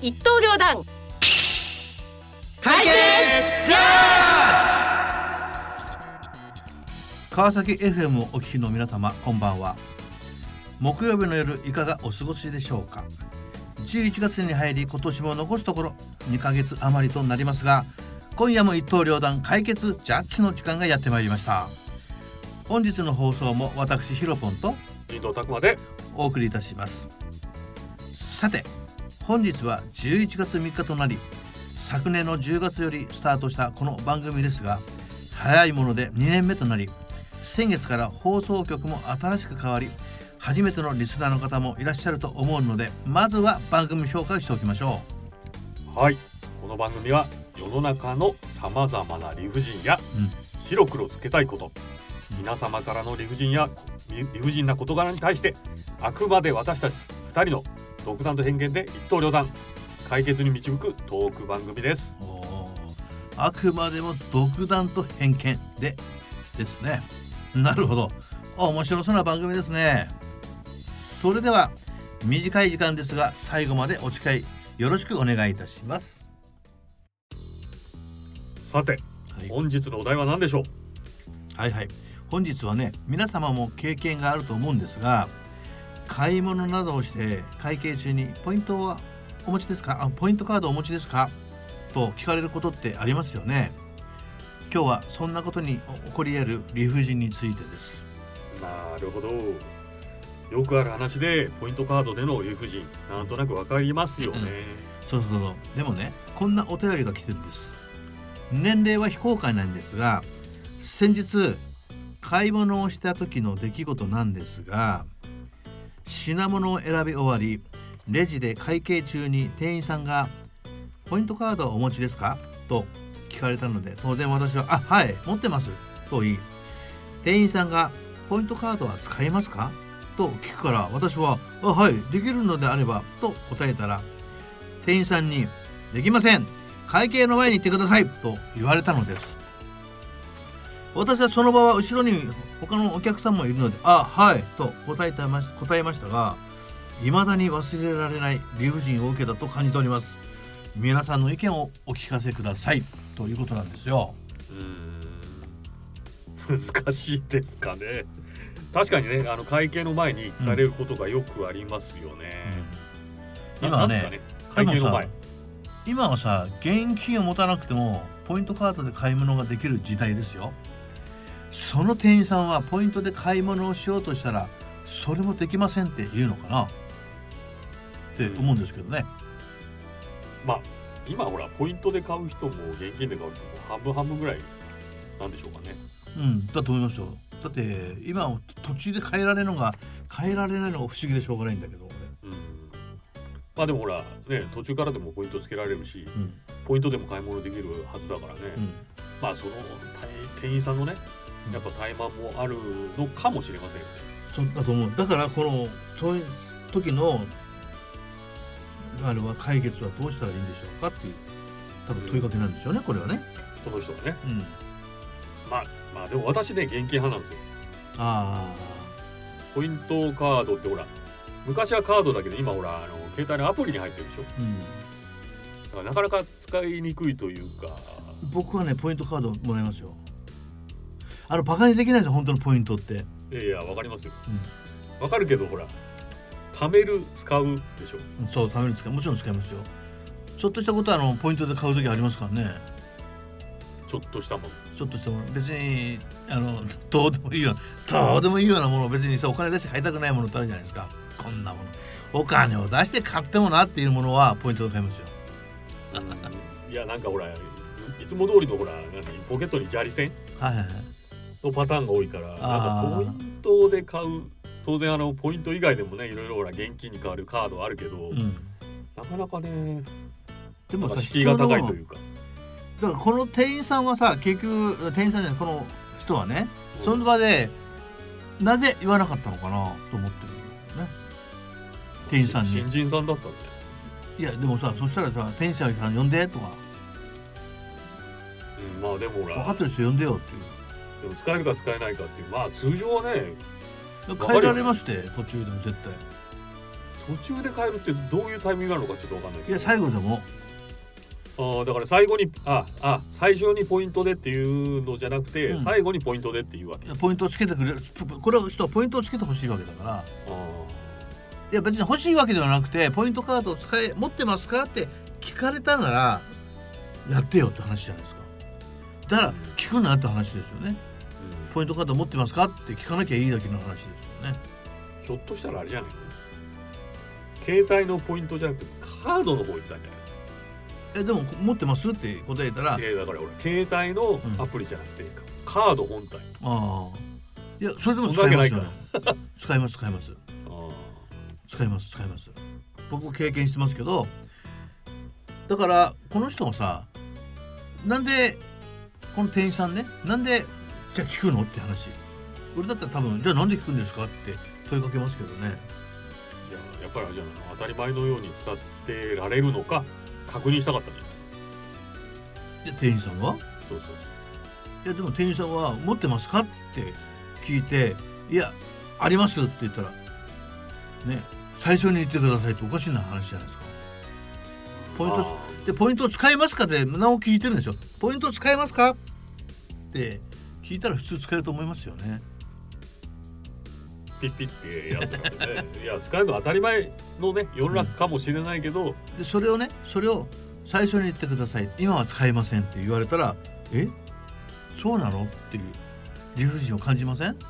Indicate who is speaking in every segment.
Speaker 1: 一刀両断解決
Speaker 2: 川崎 FM をお聞きの皆様こんばんは木曜日の夜いかがお過ごしでしょうか11月に入り今年も残すところ2ヶ月余りとなりますが今夜も一刀両断解決ジャッジの時間がやってまいりました本日の放送も私ヒロポンと
Speaker 3: 伊藤拓磨で
Speaker 2: お送りいたしますさて本日は11月3日となり昨年の10月よりスタートしたこの番組ですが早いもので2年目となり先月から放送局も新しく変わり初めてのリスナーの方もいらっしゃると思うのでまずは番組紹介をしておきましょ
Speaker 3: はいこの番組は世の中のさまざまな理不尽や、
Speaker 2: うん
Speaker 3: 白黒つけたいこと
Speaker 2: うん
Speaker 3: 皆様からの理不尽や理理不尽な事柄に対してあくまで私たち2人の独断と偏見で一刀両断解決に導くトーク番組です
Speaker 2: うおーあくまでも独断と偏見でですねなるほど面白そうな番組ですねそれでは短い時間ですが最後までお付き合いよろしくお願いいたします、
Speaker 3: さて
Speaker 2: はい
Speaker 3: 本日のお題は何でしょう
Speaker 2: はいはい本日はね皆様も経験があると思うんですが買い物などをして会計中にポイントはお持ちですかあポイントカードお持ちですかと聞かれることってありますよね今日はそんなことに起こり得る理不尽についてです
Speaker 3: なるほどよくある話でポイントカードでの理不尽なんとなくわかりますよね、
Speaker 2: そうそうそうでもねこんなお便りが来てるんです年齢は非公開なんですが先日買い物をした時の出来事なんですが品物を選び終わりレジで会計中に店員さんが「ポイントカードはお持ちですか?」と聞かれたので当然私は「あはい持ってます」と言い店員さんが「ポイントカードは使えますか?」と聞くから私は「あはいできるのであれば」と答えたら店員さんに「できません会計の前に行ってください」と言われたのです私はその場は後ろに他のお客さんもいるので「あはい」と答えたまし答えましたが未だに忘れられない理不尽を受けたと感じております皆さんの意見をお聞かせくださいということなんですよ
Speaker 3: うーん難しいですかね確かにねあの会計の前に聞かれることがよくありますよね、
Speaker 2: うん
Speaker 3: な
Speaker 2: 今は
Speaker 3: な
Speaker 2: ね
Speaker 3: んですかね会計の前
Speaker 2: 今はさ現金を持たなくてもポイントカードで買い物ができる時代ですよその店員さんはポイントで買い物をしようとしたらそれもできませんって言うのかなって思うんですけどね、
Speaker 3: まあ今ほらポイントで買う人も現金で買う人も半分半分ぐらいなんでしょうかね
Speaker 2: うん、だと思いますよだって今は途中で変えられるのが変えられないのが不思議でしょうがないんだけど俺
Speaker 3: うんまあでもほらね途中からでもポイントつけられるし
Speaker 2: うん
Speaker 3: ポイントでも買い物できるはずだからね、
Speaker 2: うん
Speaker 3: まあその店員さんのねやっぱ怠慢もあるのかもしれませんよね
Speaker 2: そうだと思うだからこのそういう時のあれは解決はどうしたらいいんでしょうかっていう多分問いかけなんですよねこれはね、
Speaker 3: この人がね
Speaker 2: うん、
Speaker 3: まあまあでも私ね現金派なんですよ
Speaker 2: あ
Speaker 3: ポイントカードってほら昔はカードだけど今ほらあの携帯のアプリに入ってるでしょ
Speaker 2: あ、うん、
Speaker 3: だからなかなか使いにくいというか
Speaker 2: 僕はねポイントカードもらいますよあのバカにできないですよ本当のポイントって、
Speaker 3: いやいやわかりますよわかるけどほら貯める使うでしょ
Speaker 2: うん、そうために使いもちろん使いますよちょっとしたことはあのポイントで買う時ありますからね
Speaker 3: ちょっとしたもの
Speaker 2: ちょっとしたもの別にあの どうでもいいようなどうでもいいようなものを別にさお金出して買いたくないものってあるじゃないですかこんなものお金を出して買ってもなっていうものはポイントで買いますよ
Speaker 3: いやなんかほらいつも通りのほらなんかポケットに砂利線
Speaker 2: はいはいはい
Speaker 3: のパターンが多いから
Speaker 2: あ
Speaker 3: な
Speaker 2: ー
Speaker 3: んかポイントで買う当然あのポイント以外でもねいろいろほら現金に変わるカードあるけど、
Speaker 2: うん
Speaker 3: なかなかね
Speaker 2: でもさ
Speaker 3: 敷居が高いというか
Speaker 2: だからこの店員さんはさ結局店員さんじゃないこの人はね
Speaker 3: うん
Speaker 2: その場でなぜ言わなかったのかなと思ってるね店員さんに
Speaker 3: 新人さんだったんだよ
Speaker 2: いやでもさそしたらさ店員さん呼んでとか
Speaker 3: うん、まあでもほら
Speaker 2: 分かってる人呼んでよって
Speaker 3: でも使えるか使えないかっていうまあ通常はね
Speaker 2: いう
Speaker 3: わかる
Speaker 2: 変え
Speaker 3: よ
Speaker 2: られまして途中でも絶対
Speaker 3: 途中で変えるってどういうタイミングなのかちょっとわかんない
Speaker 2: い
Speaker 3: け
Speaker 2: や
Speaker 3: ど
Speaker 2: 最後でも
Speaker 3: あーだから最後にああ最初にポイントでっていうのじゃなくて、
Speaker 2: うん
Speaker 3: 最後にポイントでっていうわけあ
Speaker 2: ポイントをつけてくれるぷぷこれを人はポイントをつけてほしいわけだから
Speaker 3: ー
Speaker 2: いや別に欲しいわけではなくてポイントカードを使え持ってますかって聞かれたならやってよって話じゃないですかだから聞くなって話ですよね
Speaker 3: う
Speaker 2: ポイントカード持ってますかって聞かなきゃいいだけの話ですよね
Speaker 3: んひょっとしたらあれじゃない携帯のポイントじゃなくてカードの方行ったんじゃない
Speaker 2: えでもこ持ってますって答えたらあ
Speaker 3: いやだから俺携帯のアプリじゃなくて、カード本体
Speaker 2: あいやそれでも使いますよ、ね、使います使います使います使います僕も経験してますけどだからこの人もさなんでこの店員さんねなんでじゃあ聞くのって話俺だったら多分じゃあなんで聞くんですかって問いかけますけどね
Speaker 3: いややっぱりあれじゃないの当たり前のように使ってられるのか確認したかったんじゃない
Speaker 2: で店員さんは
Speaker 3: そうそう
Speaker 2: いやでも店員さんは持ってますかって聞いていやありますって言ったらね最初に言ってくださいっておかしな話じゃないですかポイント
Speaker 3: あ
Speaker 2: でポイントを使えますかで名を聞いてるんですよポイントを使えますかって聞いたら普通使えると思いますよね
Speaker 3: ーピッピッってやつだからね いや使えるのは当たり前のね世の中かもしれないけど、
Speaker 2: でそれをねそれを最初に言ってください今は使えませんって言われたらえそうなのっていう理不尽を感じませんい
Speaker 3: た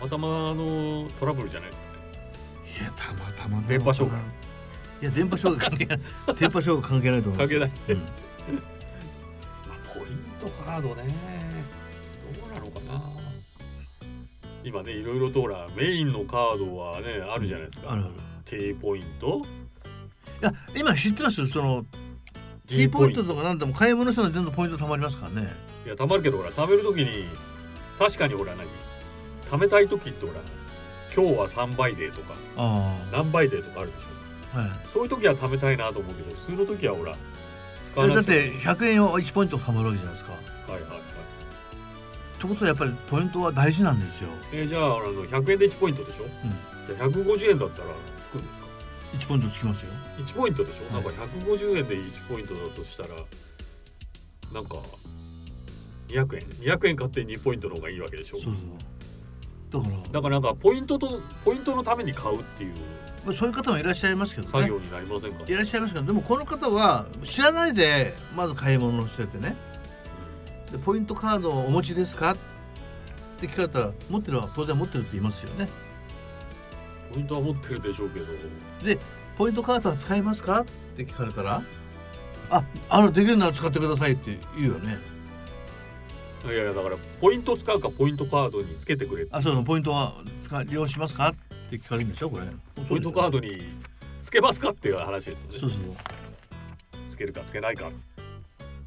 Speaker 3: またまのトラブルじゃないですかね
Speaker 2: やたまたまなのかな
Speaker 3: 電波障害
Speaker 2: いや電波障害関係 ない電波障害関係ないと思います
Speaker 3: 関係ない、
Speaker 2: うん
Speaker 3: まあ、ポイントカードねどうなのかな今ねいろいろとほらメインのカードはねあるじゃないですか、
Speaker 2: あるある
Speaker 3: T ポイント
Speaker 2: いや今知ってますその T
Speaker 3: G
Speaker 2: ポ
Speaker 3: ポ
Speaker 2: イ
Speaker 3: イ
Speaker 2: ン
Speaker 3: ン
Speaker 2: ト
Speaker 3: ト
Speaker 2: とかなんでも買い物したら全部ポイント貯まりますからね
Speaker 3: いや貯まるけどほら貯めるときに確かにほら何貯めたいときってほら今日は3倍デーとか
Speaker 2: あ
Speaker 3: 何倍デーとかあるでしょ
Speaker 2: あはい
Speaker 3: そういうときは貯めたいなと思うけど普通のときはほら使わ
Speaker 2: え
Speaker 3: な
Speaker 2: だっ
Speaker 3: く
Speaker 2: て
Speaker 3: も
Speaker 2: 100円を1ポイント貯まるわけじゃないですか。っ
Speaker 3: はいはいはい
Speaker 2: てことはやっぱりポイントは大事なんですよ。
Speaker 3: えじゃああの100円で1ポイントでしょ、じゃあ150円だったらつくんですか
Speaker 2: 1ポイントつきますよ。
Speaker 3: 1ポイントでしょ、
Speaker 2: はい
Speaker 3: なんか150円で1ポイントだとしたらなんか200円200円買って2ポイントの方がいいわけでしょ
Speaker 2: そうそう。だから
Speaker 3: だからなんかポイントとポイントのために買うっていう
Speaker 2: まあそういう方もいらっしゃいますけど
Speaker 3: 作
Speaker 2: ね。
Speaker 3: 業になりませんか、
Speaker 2: いらっしゃいますけどでもこの方は知らないでまず買い物をしててねでポイントカードをお持ちですかって聞かれたら持ってるは当然持ってるって言いますよね。
Speaker 3: ポイントは持ってるでしょうけど
Speaker 2: ポイントカードは使いますかって聞かれたらああのできるなら使ってくださいって言うよね。
Speaker 3: いやいやだからポイント使うかポイントカードにつけてくれ
Speaker 2: あそうそうポイントは使い利用しますかって聞かれるんでしょこれ。
Speaker 3: ポイントカードにつけますかっていう話です
Speaker 2: そう
Speaker 3: よ
Speaker 2: そう
Speaker 3: ねつけるかつけないか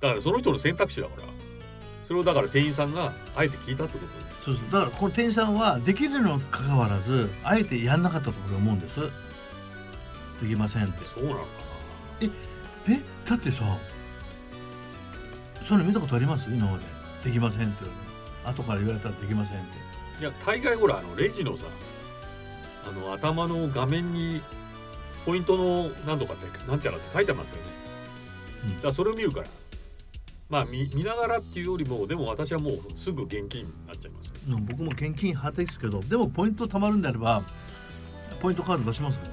Speaker 3: だからその人の選択肢だからそれをだから店員さんがあえて聞いたってことです
Speaker 2: そうそうだからこの店員さんはできるのにかかわらずあえてやんなかったところ思うんですできませんって
Speaker 3: そうなのか
Speaker 2: えだってさそういうの見たことあります今までできませんって言われて後から言われたらできませんって
Speaker 3: ないや大概ほらあのレジのさあの頭の画面にポイントの何とかってなんちゃらって書いてますよね、
Speaker 2: うん
Speaker 3: だからそれを見るからまあ見見ながらっていうよりもでも私はもうすぐ現金になっちゃいますよ
Speaker 2: なんか僕も現金派ですけどでもポイント貯まるんであればポイントカード出しますね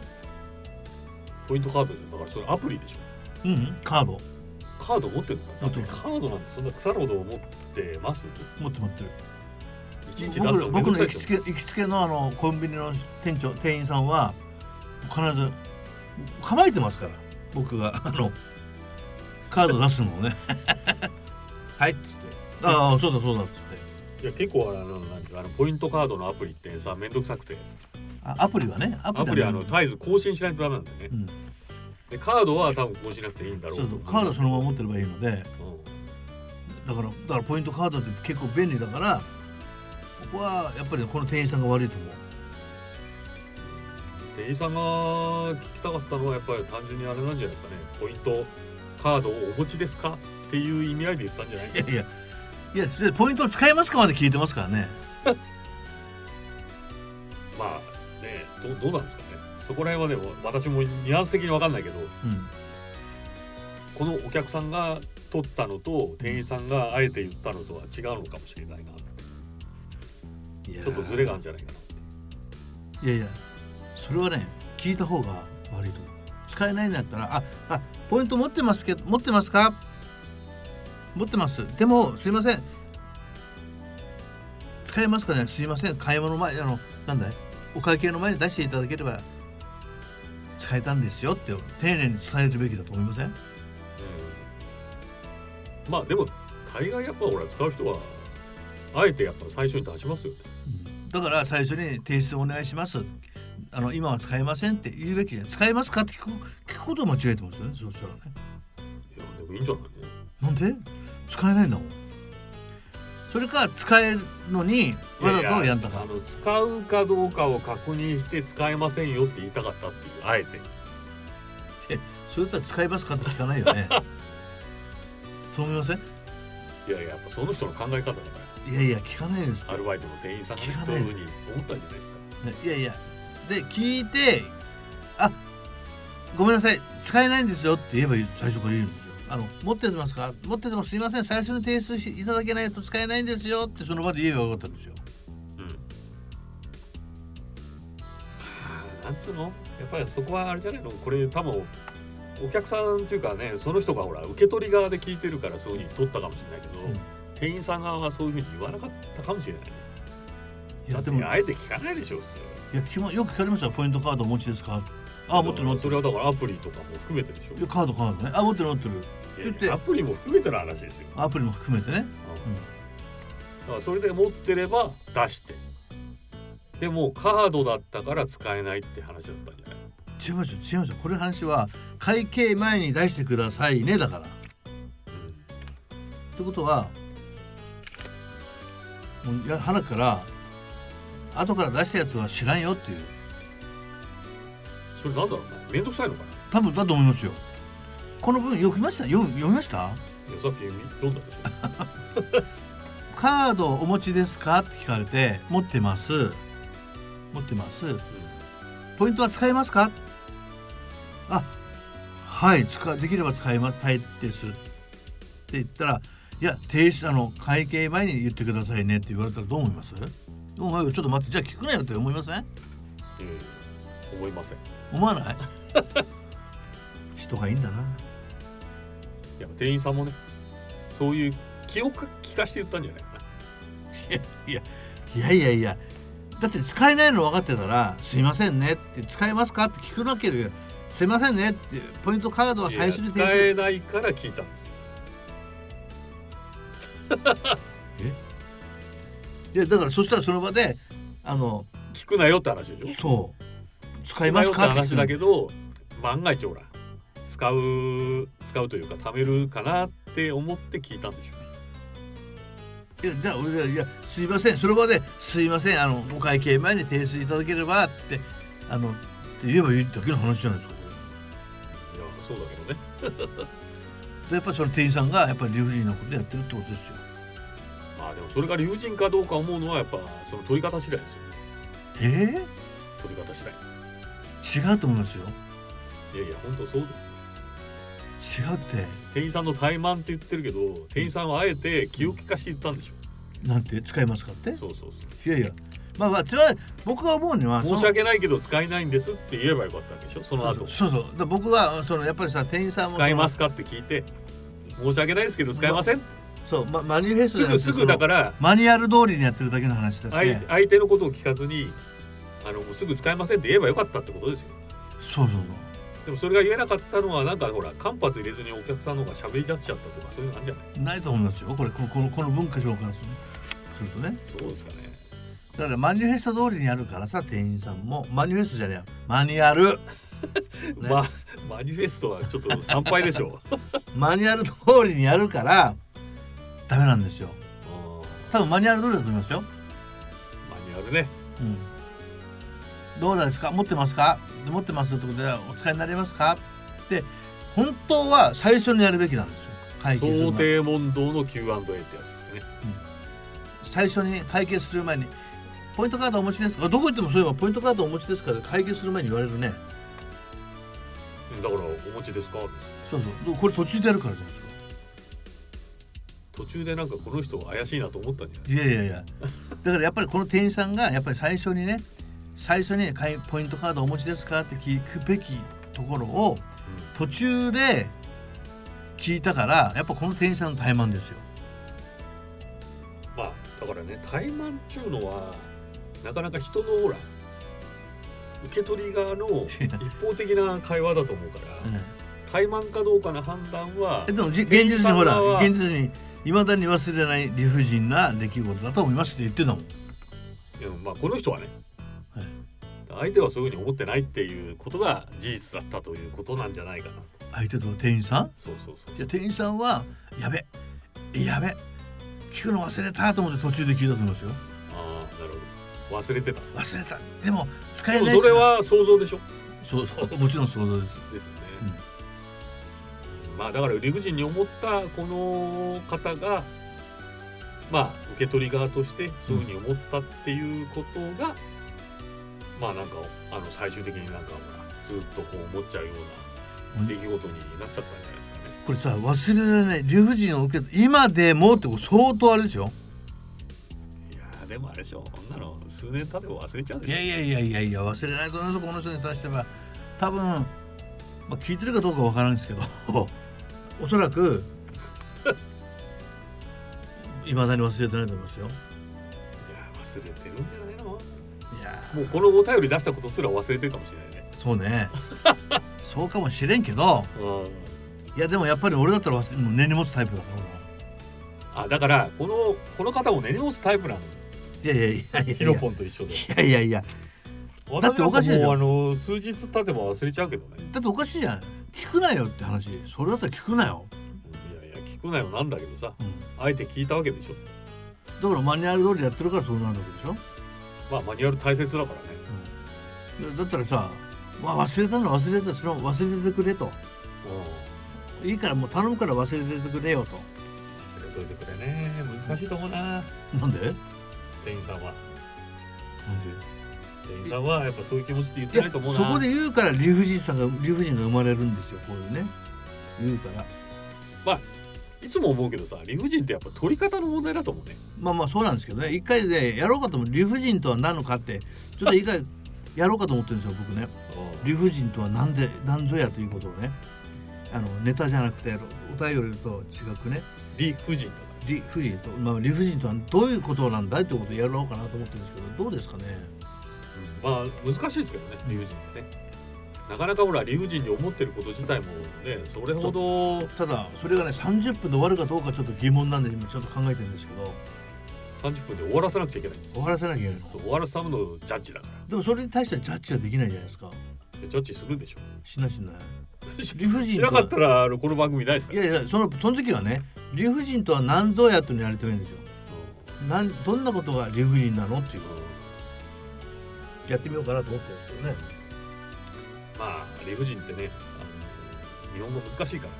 Speaker 3: ポイントカードでだからそれアプリでしょ
Speaker 2: うんうんカード
Speaker 3: カード持ってるの
Speaker 2: 持
Speaker 3: だ
Speaker 2: っ
Speaker 3: ってて
Speaker 2: る
Speaker 3: カードなんてそんな腐るほど持ってます
Speaker 2: 持って持ってる
Speaker 3: いちいち出す
Speaker 2: 僕
Speaker 3: のめん
Speaker 2: 僕
Speaker 3: ど
Speaker 2: の
Speaker 3: く
Speaker 2: 行きつ
Speaker 3: さいでし
Speaker 2: け行きつけのあのコンビニの店長店員さんは必ず構えてますから僕があのカード出すのを ねはいっつってああそうだそうだっつって
Speaker 3: ょいや結構あのなんていうかあのポイントカードのアプリってさめんどくさくて
Speaker 2: あアプリはねアプリ
Speaker 3: アプリはあ
Speaker 2: ね
Speaker 3: の絶えず更新しないとダメなんだよね
Speaker 2: うん、
Speaker 3: でカードは多分更新しなくていいんだろう
Speaker 2: そうそうカードそのまま持ってればいいので
Speaker 3: うん
Speaker 2: だからだからポイントカードって結構便利だからここはやっぱりこの店員さんが悪いと思う
Speaker 3: 店員さんが聞きたかったのはやっぱり単純にあれなんじゃないですかねポイントカードをお持ちですかっていう意味合いで言ったんじゃない
Speaker 2: い
Speaker 3: です
Speaker 2: や
Speaker 3: か
Speaker 2: いやいやそれでポイントを使えますかまで聞いてますからね
Speaker 3: まあねどどうなんですかねそこら辺はでも私もニュアンス的に分かんないけど
Speaker 2: うん
Speaker 3: このお客さんが取ったのと店員さんがあえて言ったのとは違うのかもしれないなち
Speaker 2: いやー
Speaker 3: ょっとズレがあるんじゃないかない
Speaker 2: やいやそれはね聞いた方が悪いと思う使えないんだったらああポイント持ってますけど持ってますか持ってますでもすいません使えますかねすいません買い物前あのなんだいお会計の前に出していただければ使えたんですよって丁寧に伝えるべきだと思いません
Speaker 3: うんまあでも大概やっぱ俺は使う人はあえてやっぱ最初に出しますよね
Speaker 2: だから最初に提出お願いしますあの今は使えませんって言うべきじゃない使えますかって聞く聞くことを間違えてますよねそうしたらね
Speaker 3: いやでもいいんじゃないね
Speaker 2: なんで使えないんだもんそれか使えるのにわざとやんだか
Speaker 3: あの使うかどうかを確認して使えませんよって言いたかったっていうあえて
Speaker 2: それとは使えますかって聞かないよね そう思いません
Speaker 3: いやいややっぱその人の考え方だか
Speaker 2: いやいや聞かないです
Speaker 3: らアルバイトの店員さんがね
Speaker 2: 聞か
Speaker 3: そう
Speaker 2: ない
Speaker 3: いうふうに思ったんじゃないですか
Speaker 2: いやいやで聞いてあごめんなさい使えないんですよって言えばいい最初から言うんですよあの持ってますか持っててもすいません最初に提出しいただけないと使えないんですよってその場で言えばよかったんですよ
Speaker 3: うんあーなんつうのやっぱりそこはあれじゃないのこれ多分お客さんっていうかねその人がほら受け取り側で聞いてるからそういうふうに取ったかもしれないけど、
Speaker 2: うん
Speaker 3: 店員さん側はそういうふうに言わなかったかもしれない
Speaker 2: い
Speaker 3: だ
Speaker 2: や
Speaker 3: って
Speaker 2: でもい
Speaker 3: あえて聞かないでしょ普通
Speaker 2: やきもよく聞かれましたよポイントカードお持ちですかあ持ってる持って
Speaker 3: そ
Speaker 2: る
Speaker 3: れはだからアプリとかも含めてでしょ
Speaker 2: いやカードカードねあ持ってる持ってる
Speaker 3: いやい
Speaker 2: だって
Speaker 3: やアプリも含めての話ですよ、
Speaker 2: アプリも含めてね
Speaker 3: うんだからそれで持ってれば出してでもうカードだったから使えないって話だったんじゃない
Speaker 2: 違いますよ違いますよこれ話は会計前に出してくださいねだからってことはもうやはなから後から出したやつは知らんよっていう
Speaker 3: それなんだろうなめんどくさいのかな
Speaker 2: 多分だと思いますよこの文読みました読読みました
Speaker 3: いやさっき読んだでしょ
Speaker 2: カードお持ちですかって聞かれて持ってます持ってますポイントは使えますかあはい使できれば使えますたいですって言ったらいや提出あの会計前に言ってくださいねって言われたらどう思いますお前ちょっと待ってじゃあ聞くなよって思いません
Speaker 3: うん思いません
Speaker 2: 思わない 人がいいんだな
Speaker 3: やっぱ店員さんもねそういう気をか聞かして言ったんじゃないかない
Speaker 2: やいやいやだって使えないの分かってたら「すいませんね」って「使えますか?」って聞くなければ「すいませんね」ってポイントカードはい最
Speaker 3: や
Speaker 2: 初に
Speaker 3: 使
Speaker 2: 提出
Speaker 3: えないから聞いたんですよ
Speaker 2: いやだからそしたらその場であの
Speaker 3: 聞くなよって話でしょ
Speaker 2: そう使
Speaker 3: 使
Speaker 2: えますかって聞
Speaker 3: 話
Speaker 2: く
Speaker 3: だけど万が一ほら使う使うというか貯めるかなって思って聞いたんでしょ
Speaker 2: いやじゃあ俺が「いやすいませんその場で「すいませんあのお会計前に提出いただければ」ってあのって言えばいいだけの話じゃないですかこ
Speaker 3: いやそうだけどね
Speaker 2: れでやっぱりその店員さんがやっぱり理不尽なことやってるってことですよ
Speaker 3: まあでもそれが友人かどうか思うのはやっぱその取り方次第ですよね
Speaker 2: え
Speaker 3: 取り方次
Speaker 2: ー、違うと思いますよ
Speaker 3: 第いやいや本当そうですよ
Speaker 2: 違うって
Speaker 3: 店員さんの怠慢って言ってるけど店員さんはあえて気を利かして言ったんでしょ
Speaker 2: なんて使えますかって
Speaker 3: そうそうそう
Speaker 2: いやいやまあまあそれは僕が思うには
Speaker 3: 申し訳ないけど使えないんですって言えばよかったんでしょそ
Speaker 2: そ
Speaker 3: の
Speaker 2: の
Speaker 3: 後
Speaker 2: そうそうそうだ僕はそのやっぱりさ店員さんも
Speaker 3: 使えますすかって聞いて申し訳ないですけど使えません
Speaker 2: そう、ま、マニフェストじ
Speaker 3: す
Speaker 2: ゃなく
Speaker 3: ぐ
Speaker 2: て
Speaker 3: すぐだか
Speaker 2: そ
Speaker 3: ら
Speaker 2: のマニュアル通りにやってるだけの話だって
Speaker 3: 相相手のことを聞かずにあのもうすぐ使えませんって言えばよかったってことですよ
Speaker 2: そうそうそう
Speaker 3: でもそれが言えなかったのはなんかほら間髪入れずにお客さんの方が喋り出しちゃったとかそういうのあるんじゃない
Speaker 2: ないと思いますよこれこのこのこの文化省からするするとね
Speaker 3: そうですかね
Speaker 2: だからマニュフェスト通りにやるからさ店員さんもマニュフェストじゃねえよマニュアルね
Speaker 3: まあマニフェストはちょっと参拝で しょう
Speaker 2: マニュアル通りにやるからダメなんですよ
Speaker 3: ん
Speaker 2: 多分マニュアル通りだと思いますよ、
Speaker 3: マニュアルね
Speaker 2: うん、どうなんですか持ってますかで持ってますってことでお使いになりますかって本当は最初にやるべきなんですよ会計する
Speaker 3: 想
Speaker 2: 前
Speaker 3: 定問答の Q&A ってやつですね
Speaker 2: 最初に会計する前にポイントカードお持ちですかあどこ行ってもそういえばポイントカードお持ちですから会計する前に言われるね
Speaker 3: だからお持ちですか
Speaker 2: そうそうこれ途中でやるからじゃないですか
Speaker 3: 途中でなんかこの人怪しいなと思ったんじゃない
Speaker 2: いやいやいやだからやっぱりこの店員さんがやっぱり最初にね最初に会ポイントカードお持ちですかって聞くべきところを途中で聞いたからやっぱこの店員さんの怠慢ですよ
Speaker 3: まあだからね怠慢っちゅうのはなかなか人のほら受け取り 側の一方的な会話だと思うから、
Speaker 2: うん
Speaker 3: 怠慢かどうかの判断は
Speaker 2: えでもじ現
Speaker 3: 店員
Speaker 2: 実
Speaker 3: さ
Speaker 2: に
Speaker 3: ん
Speaker 2: ほら
Speaker 3: は
Speaker 2: 現実にいまだに忘れない理不尽な出来事だと思いますって言ってたもん
Speaker 3: でもまあこの人はね、
Speaker 2: はい
Speaker 3: 相手はそういうふうに思ってないっていうことが事実だったということなんじゃないかな
Speaker 2: 相手と店員さん
Speaker 3: そうそうそう
Speaker 2: いや店員さんはやべやべ聞くの忘れたと思って途中で聞いたと思いますよ
Speaker 3: ああなるほど忘れてた
Speaker 2: 忘れたでも使
Speaker 3: で
Speaker 2: えない
Speaker 3: も
Speaker 2: し
Speaker 3: それは想像でしょ
Speaker 2: そうそうもちろん想像です
Speaker 3: ですよね、まあだから理不尽に思ったこの方がまあ受け取り側としてそういうふうに思ったっていうことが、まあなんかあの最終的になんかほらずっとこう思っちゃうような出来事になっちゃったんじゃないですかね。
Speaker 2: これさ忘れられない理不尽を受け今でもってこれ相当あれですよ
Speaker 3: いやーでもあれでしょこんなの数年経てば忘れちゃうで
Speaker 2: い
Speaker 3: しょ
Speaker 2: やいやいやいやいや忘れないと思いますこの人に対しては多分、まあ、聞いてるかどうかわからんですけど おそらくいまだに忘れてないと思いますよ
Speaker 3: いやー忘れてるんじゃないのも
Speaker 2: いや
Speaker 3: うこのお便り出したことすら忘れてるかもしれないね
Speaker 2: そう ねそうかもしれんけど
Speaker 3: う
Speaker 2: いやでもやっぱり俺だったら忘れもう根に持つタイプだから
Speaker 3: んあだからこのこの方も根に持つタイプなの
Speaker 2: 俺はいやいやいやい
Speaker 3: ヒ
Speaker 2: や
Speaker 3: ロ
Speaker 2: い
Speaker 3: ポンと一緒で
Speaker 2: やいやいや
Speaker 3: 私
Speaker 2: だっておかしいでし
Speaker 3: なん
Speaker 2: ょ
Speaker 3: かもうあの数日経てば忘れちゃうけどね
Speaker 2: だっておかしいじゃん聞くなよって話それだったら聞くなよ、
Speaker 3: いやいや聞くなよなんだけどさ
Speaker 2: うん
Speaker 3: あえて聞いたわけでしょ
Speaker 2: だからマニュアル通りやってるからそうなるわけでしょ、
Speaker 3: まあマニュアル大切だからね
Speaker 2: うんだだったらさ、まあ、忘れたのは忘れたその忘れてくれと
Speaker 3: う
Speaker 2: いいからもう頼むから忘れててくれよと
Speaker 3: ん忘れといてくれね難しいと思うな
Speaker 2: なんでなんで
Speaker 3: 店員さんは店員さんはやっぱそういう気持ちって言っ
Speaker 2: い
Speaker 3: てな
Speaker 2: や
Speaker 3: いと思うな
Speaker 2: そこで言うから理不尽さが理不尽が生まれるんですよこういうね言うから
Speaker 3: いつも思うけどさ理不尽ってやっぱ取り方の問題だと思うね
Speaker 2: まあまあそうなんですけどね一回でやろうかと思う理不尽とは何のかってちょっと一回やろうかと思ってるんですよ僕ね理不尽とは何で何ぞやということをねあのネタじゃなくてお便りと違くね
Speaker 3: 理不尽だか
Speaker 2: 理不尽と、まあ、理不尽とはどういうことなんだいってことをやろうかなと思ってるんですけどどうですかね
Speaker 3: らまあ難しいですけどね理不尽ってねなかなかほら理不尽に思ってること自体もねそれほど
Speaker 2: ただそれがね30分で終わるかどうかちょっと疑問なんで今ちょっと考えてるんですけど
Speaker 3: 30分で終わらさなくちゃいけないんです
Speaker 2: 終わらせなきゃいけないの
Speaker 3: そう終わらすためのジャッジだか
Speaker 2: でもそれに対してジャッジはできないじゃないですか
Speaker 3: らでジャッジするでしょ
Speaker 2: しないしない
Speaker 3: し
Speaker 2: 理不尽
Speaker 3: し
Speaker 2: と
Speaker 3: なか
Speaker 2: は
Speaker 3: ったらあのこの番組ないですか
Speaker 2: い
Speaker 3: ら
Speaker 2: やいやそのその時はね理不尽とは何ぞやっていうのやりとりんですよなんどんなことが理不尽なのっていう
Speaker 3: うん
Speaker 2: やってみようかなと思ってるんですけどね
Speaker 3: まあ理不尽ってねあの日本語難しいから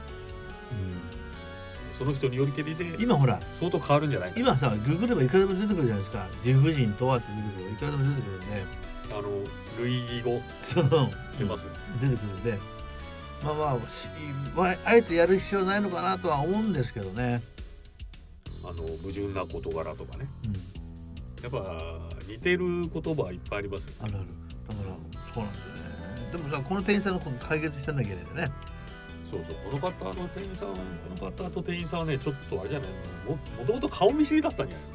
Speaker 3: その人によりけりで
Speaker 2: 今ほら
Speaker 3: 相当変わるんじゃないかな
Speaker 2: 今さググればいくらでも出てくるじゃないですか理不尽とはって出てくるいくらでも出てくるんで
Speaker 3: あの類義語
Speaker 2: その
Speaker 3: 出ます
Speaker 2: 出てくるんでまあまあしわあえてやる必要ないのかなとは思うんですけどね、
Speaker 3: あの矛盾な事柄とかね
Speaker 2: うん、
Speaker 3: やっぱ似てる言葉はいっぱいありますよ
Speaker 2: あるあるだからそうなんだよねでもさこの店員さんのこと解決してなきゃいけないんだよね
Speaker 3: そうそうこの方の店員さんこの方と店員さんはねちょっとあれじゃないももともと顔見知りだったんじゃない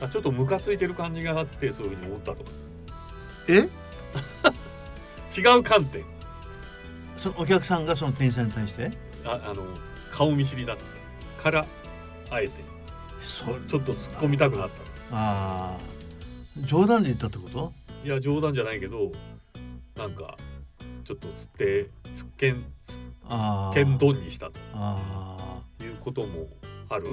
Speaker 3: のあちょっとムカついてる感じがあってそういうふうに思ったとか
Speaker 2: え
Speaker 3: 違う観点
Speaker 2: そのお客さんがその店員さんに対して
Speaker 3: ああの顔見知りだったからあえて
Speaker 2: そ
Speaker 3: ちょっと突っ込みたくなったと
Speaker 2: ああ冗談で言ったってこと
Speaker 3: いや冗談じゃないけどなんかちょっとつってつっけんつっ
Speaker 2: ああ
Speaker 3: けんどんにした
Speaker 2: あ
Speaker 3: ということもある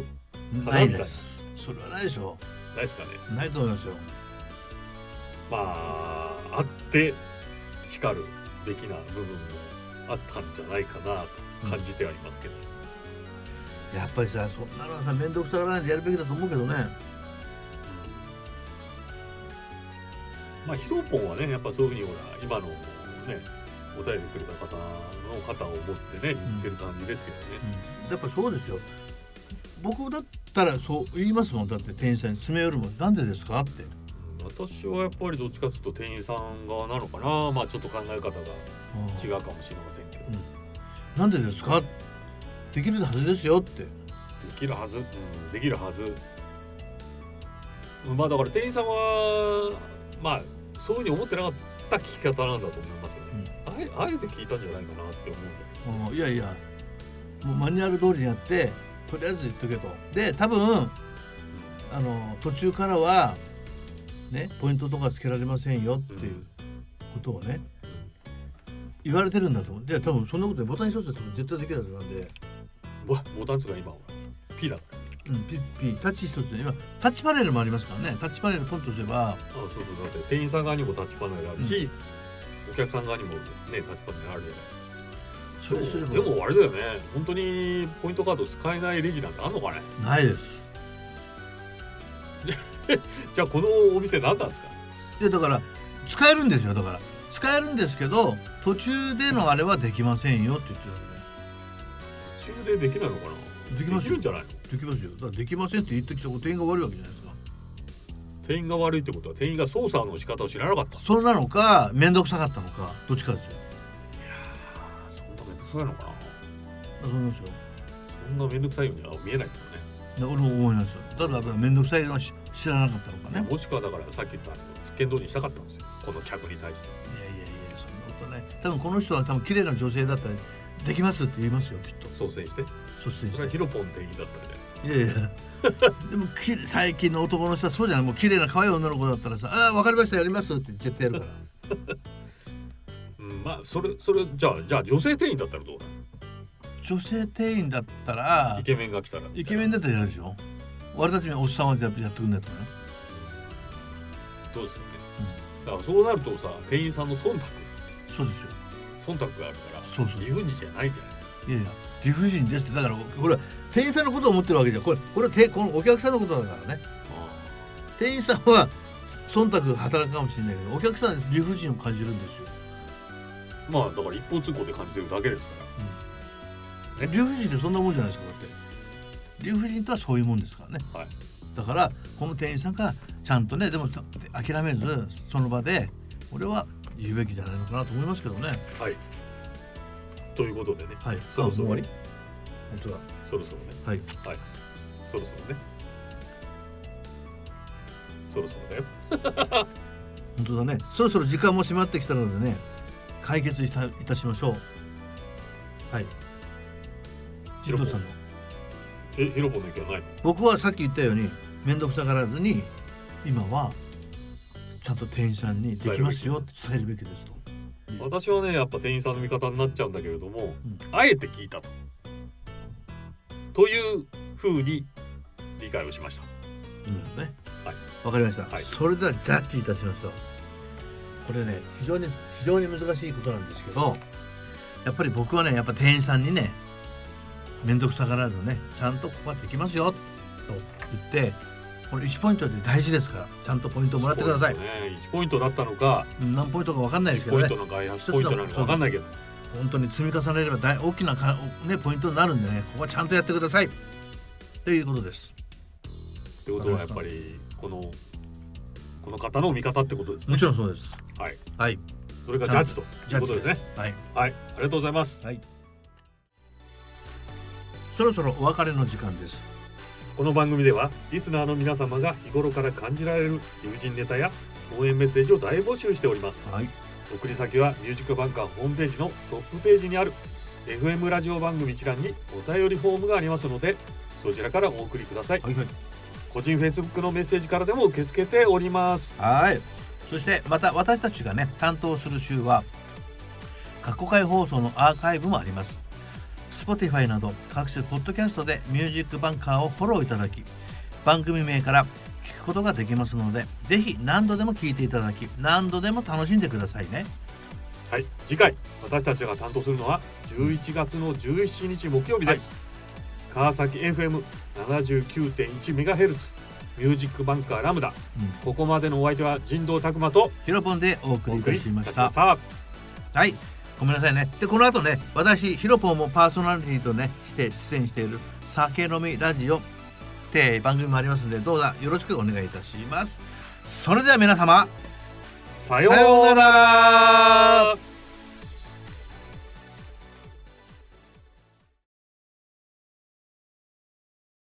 Speaker 2: あ
Speaker 3: か
Speaker 2: ないですそれはないでしょ
Speaker 3: ないですかね
Speaker 2: ないと思いますよ
Speaker 3: まああって光るべきな部分もあったんじゃないかなと感じてはいますけど、
Speaker 2: やっぱりさそんなのはさ面倒くさがらないでやるべきだと思うけどね
Speaker 3: まあヒロポンはねやっぱそういうふうにほら今のねお便りくれた方の肩を持ってね言ってる感じですけどね、
Speaker 2: うんやっぱそうですよ僕だったらそう言いますもんだって店員さんに詰め寄るもんなんでですかって
Speaker 3: うん私はやっぱりどっちかというと店員さん側なのかなまあちょっと考え方が違うかもしれませんけど、
Speaker 2: うん
Speaker 3: で
Speaker 2: なんでですかできるはずですよって
Speaker 3: きるはず、うん、できるはずうんまあだから店員さんはまあそういうふうに思ってなかった聞き方なんだと思いますよね、あえあえて聞いたんじゃないかなって思うんだ
Speaker 2: もういやいやもうマニュアル通りにやってとりあえず言っとけとで多分
Speaker 3: け
Speaker 2: あの途中からはねポイントとかつけられませんよって
Speaker 3: ど、うん
Speaker 2: いうことをね言われてるんだと思うで多分そんなことでボタン一つで多分絶対できるはずなんで、
Speaker 3: うんうわボタンつが今ほら P だから
Speaker 2: うん、ピッピータッチ一つで今タッチパネルもありますからねタッチパネルポンと押せば
Speaker 3: あそうそうだって店員さん側にもタッチパネルあるし、お客さん側にもねタッチパネルあるじゃないですか
Speaker 2: それすれば
Speaker 3: でもあれだよね本当にポイントカード使えないレジなんてあんのかね
Speaker 2: ないです
Speaker 3: じゃあこのお店何なんですか
Speaker 2: でだから使えるんですよだから使えるんですけど途中でのあれはできませんよって言ってるわ
Speaker 3: 途中でできないのかな
Speaker 2: できますよ
Speaker 3: るんじゃないの
Speaker 2: けでできますよだからできませんって言ってきたこと店員が悪いわけじゃないですか
Speaker 3: 店員が悪いってことは店員が操作の仕方を知らなかった
Speaker 2: それなのか面倒くさかったのかどっちかですよ
Speaker 3: あそんな面倒くさいのかな
Speaker 2: そう思いますよ
Speaker 3: そんな面倒くさいようには見えないけどね
Speaker 2: で俺も思いますよだからだから面倒くさいのはし知らなかったのかね
Speaker 3: もしくはだからさっき言ったあの実験通りにしたかったんですよこの客に対して
Speaker 2: いやいやいやそんなことない多分この人は多分綺麗な女性だったらできますって言いますよきっと
Speaker 3: 創生して
Speaker 2: 率先
Speaker 3: それは
Speaker 2: して
Speaker 3: ヒロポン店員だったみたい
Speaker 2: いやいやでもき最近の男の人はそうじゃないもう綺麗な可愛い女の子だったらさ「ああ分かりましたやります」って絶対やるから
Speaker 3: な、うん、まあそれそれじゃあじゃあ女性店員だったらどうだ
Speaker 2: 女性店員だったら
Speaker 3: イケメンが来たら
Speaker 2: イケメ
Speaker 3: ン
Speaker 2: ンだったらやるでしょ俺たちにおっさんはやっぱやってくんないとね
Speaker 3: どうですかね、だからそうなるとさ店員さんの忖度
Speaker 2: そうですよ
Speaker 3: 忖度があるから
Speaker 2: そうそう
Speaker 3: 理不尽じゃないじゃないですか
Speaker 2: いやいや理不尽ですってだからこれは店員さんのことを思ってるわけじゃんこれこれはてこのお客さんのことだからね店員さんは忖度が働くかもしれないけどお客さんは理不尽を感じるんですよ
Speaker 3: まあだから一方通行で感じてるだけですから
Speaker 2: 理不尽ってそんなもんじゃないですかだって理不尽とはそういうもんですからね、
Speaker 3: はい
Speaker 2: だからこの店員さんがちゃんとねでもちょ諦めずその場で俺は言うべきじゃないのかなと思いますけどね
Speaker 3: はいということでね
Speaker 2: はい
Speaker 3: そろそろ終わ
Speaker 2: あ
Speaker 3: り
Speaker 2: もう本当だ
Speaker 3: そろそろね
Speaker 2: はい
Speaker 3: はいそろそろねそろそろだよ
Speaker 2: 本当だねそろそろ時間も迫ってきたのでね解決したいたしましょうはい
Speaker 3: ヒ
Speaker 2: ジ
Speaker 3: ロポ
Speaker 2: 藤
Speaker 3: ン
Speaker 2: さんの
Speaker 3: えヒロポンの意見はないの
Speaker 2: 僕はさっき言ったように面倒くさがらずに今はちゃんと店員さんにできますよって伝えるべきですと
Speaker 3: 私はねやっぱ店員さんの味方になっちゃうんだけれども、
Speaker 2: うん
Speaker 3: あえて聞いたとというふうに理解をしました
Speaker 2: うんね
Speaker 3: はい
Speaker 2: わかりました、
Speaker 3: はい
Speaker 2: それではジャッジいたしましょうこれね非常に非常に難しいことなんですけどやっぱり僕はねやっぱ店員さんにね面倒くさがらずねちゃんとここはできますよと言ってこれ1ポイントで大事ですからちゃんとポイントもらってください
Speaker 3: 1、ポイントね1ポイントだったのか
Speaker 2: うん何ポイントかわかんないです
Speaker 3: 1
Speaker 2: けど
Speaker 3: ポイ
Speaker 2: ね
Speaker 3: ントなのか100ポイントなのか分かんないけど
Speaker 2: 本当に積み重ねれば大大きなか、ね、ポイントになるんでねここはちゃんとやってくださいということです
Speaker 3: ってことはやっぱりこのこの方の味方ってことですね
Speaker 2: もちろんそうです
Speaker 3: はい
Speaker 2: はい
Speaker 3: それがジャッジと
Speaker 2: ジ
Speaker 3: い
Speaker 2: ャッ
Speaker 3: うこと
Speaker 2: ジ
Speaker 3: ですね
Speaker 2: はい
Speaker 3: はいありがとうございます
Speaker 2: はい。そろそろお別れの時間です。
Speaker 3: この番組ではリスナーの皆様が日頃から感じられる友人ネタや応援メッセージを大募集しております
Speaker 2: はい。
Speaker 3: 送り先はミュージックバンカーホームページのトップページにある FM ラジオ番組一覧にお便りフォームがありますのでそちらからお送りください
Speaker 2: はいはい。
Speaker 3: 個人 Facebook のメッセージからでも受け付けております
Speaker 2: はい。そしてまた私たちがね担当する週は過去回放送のアーカイブもあります。Spotify など各種ポッドキャストでミュージックバンカーをフォローいただき、番組名から聞くことができますので、ぜひ何度でも聞いていただき、何度でも楽しんでくださいね。
Speaker 3: はい次回私たちが担当するのは11月の17日木曜日です、川崎 FM79.1MHz ミュージックバンカーラムダここまでのお相手は人道拓磨と
Speaker 2: ヒロポンでお送りいたしました
Speaker 3: さあ
Speaker 2: はいごめんなさいねでこの後ね私ヒロポンもパーソナリティとねして出演している「酒飲みラジオ」って番組もありますのでどうぞよろしくお願いいたしますそれでは皆様
Speaker 3: さ
Speaker 2: さようなら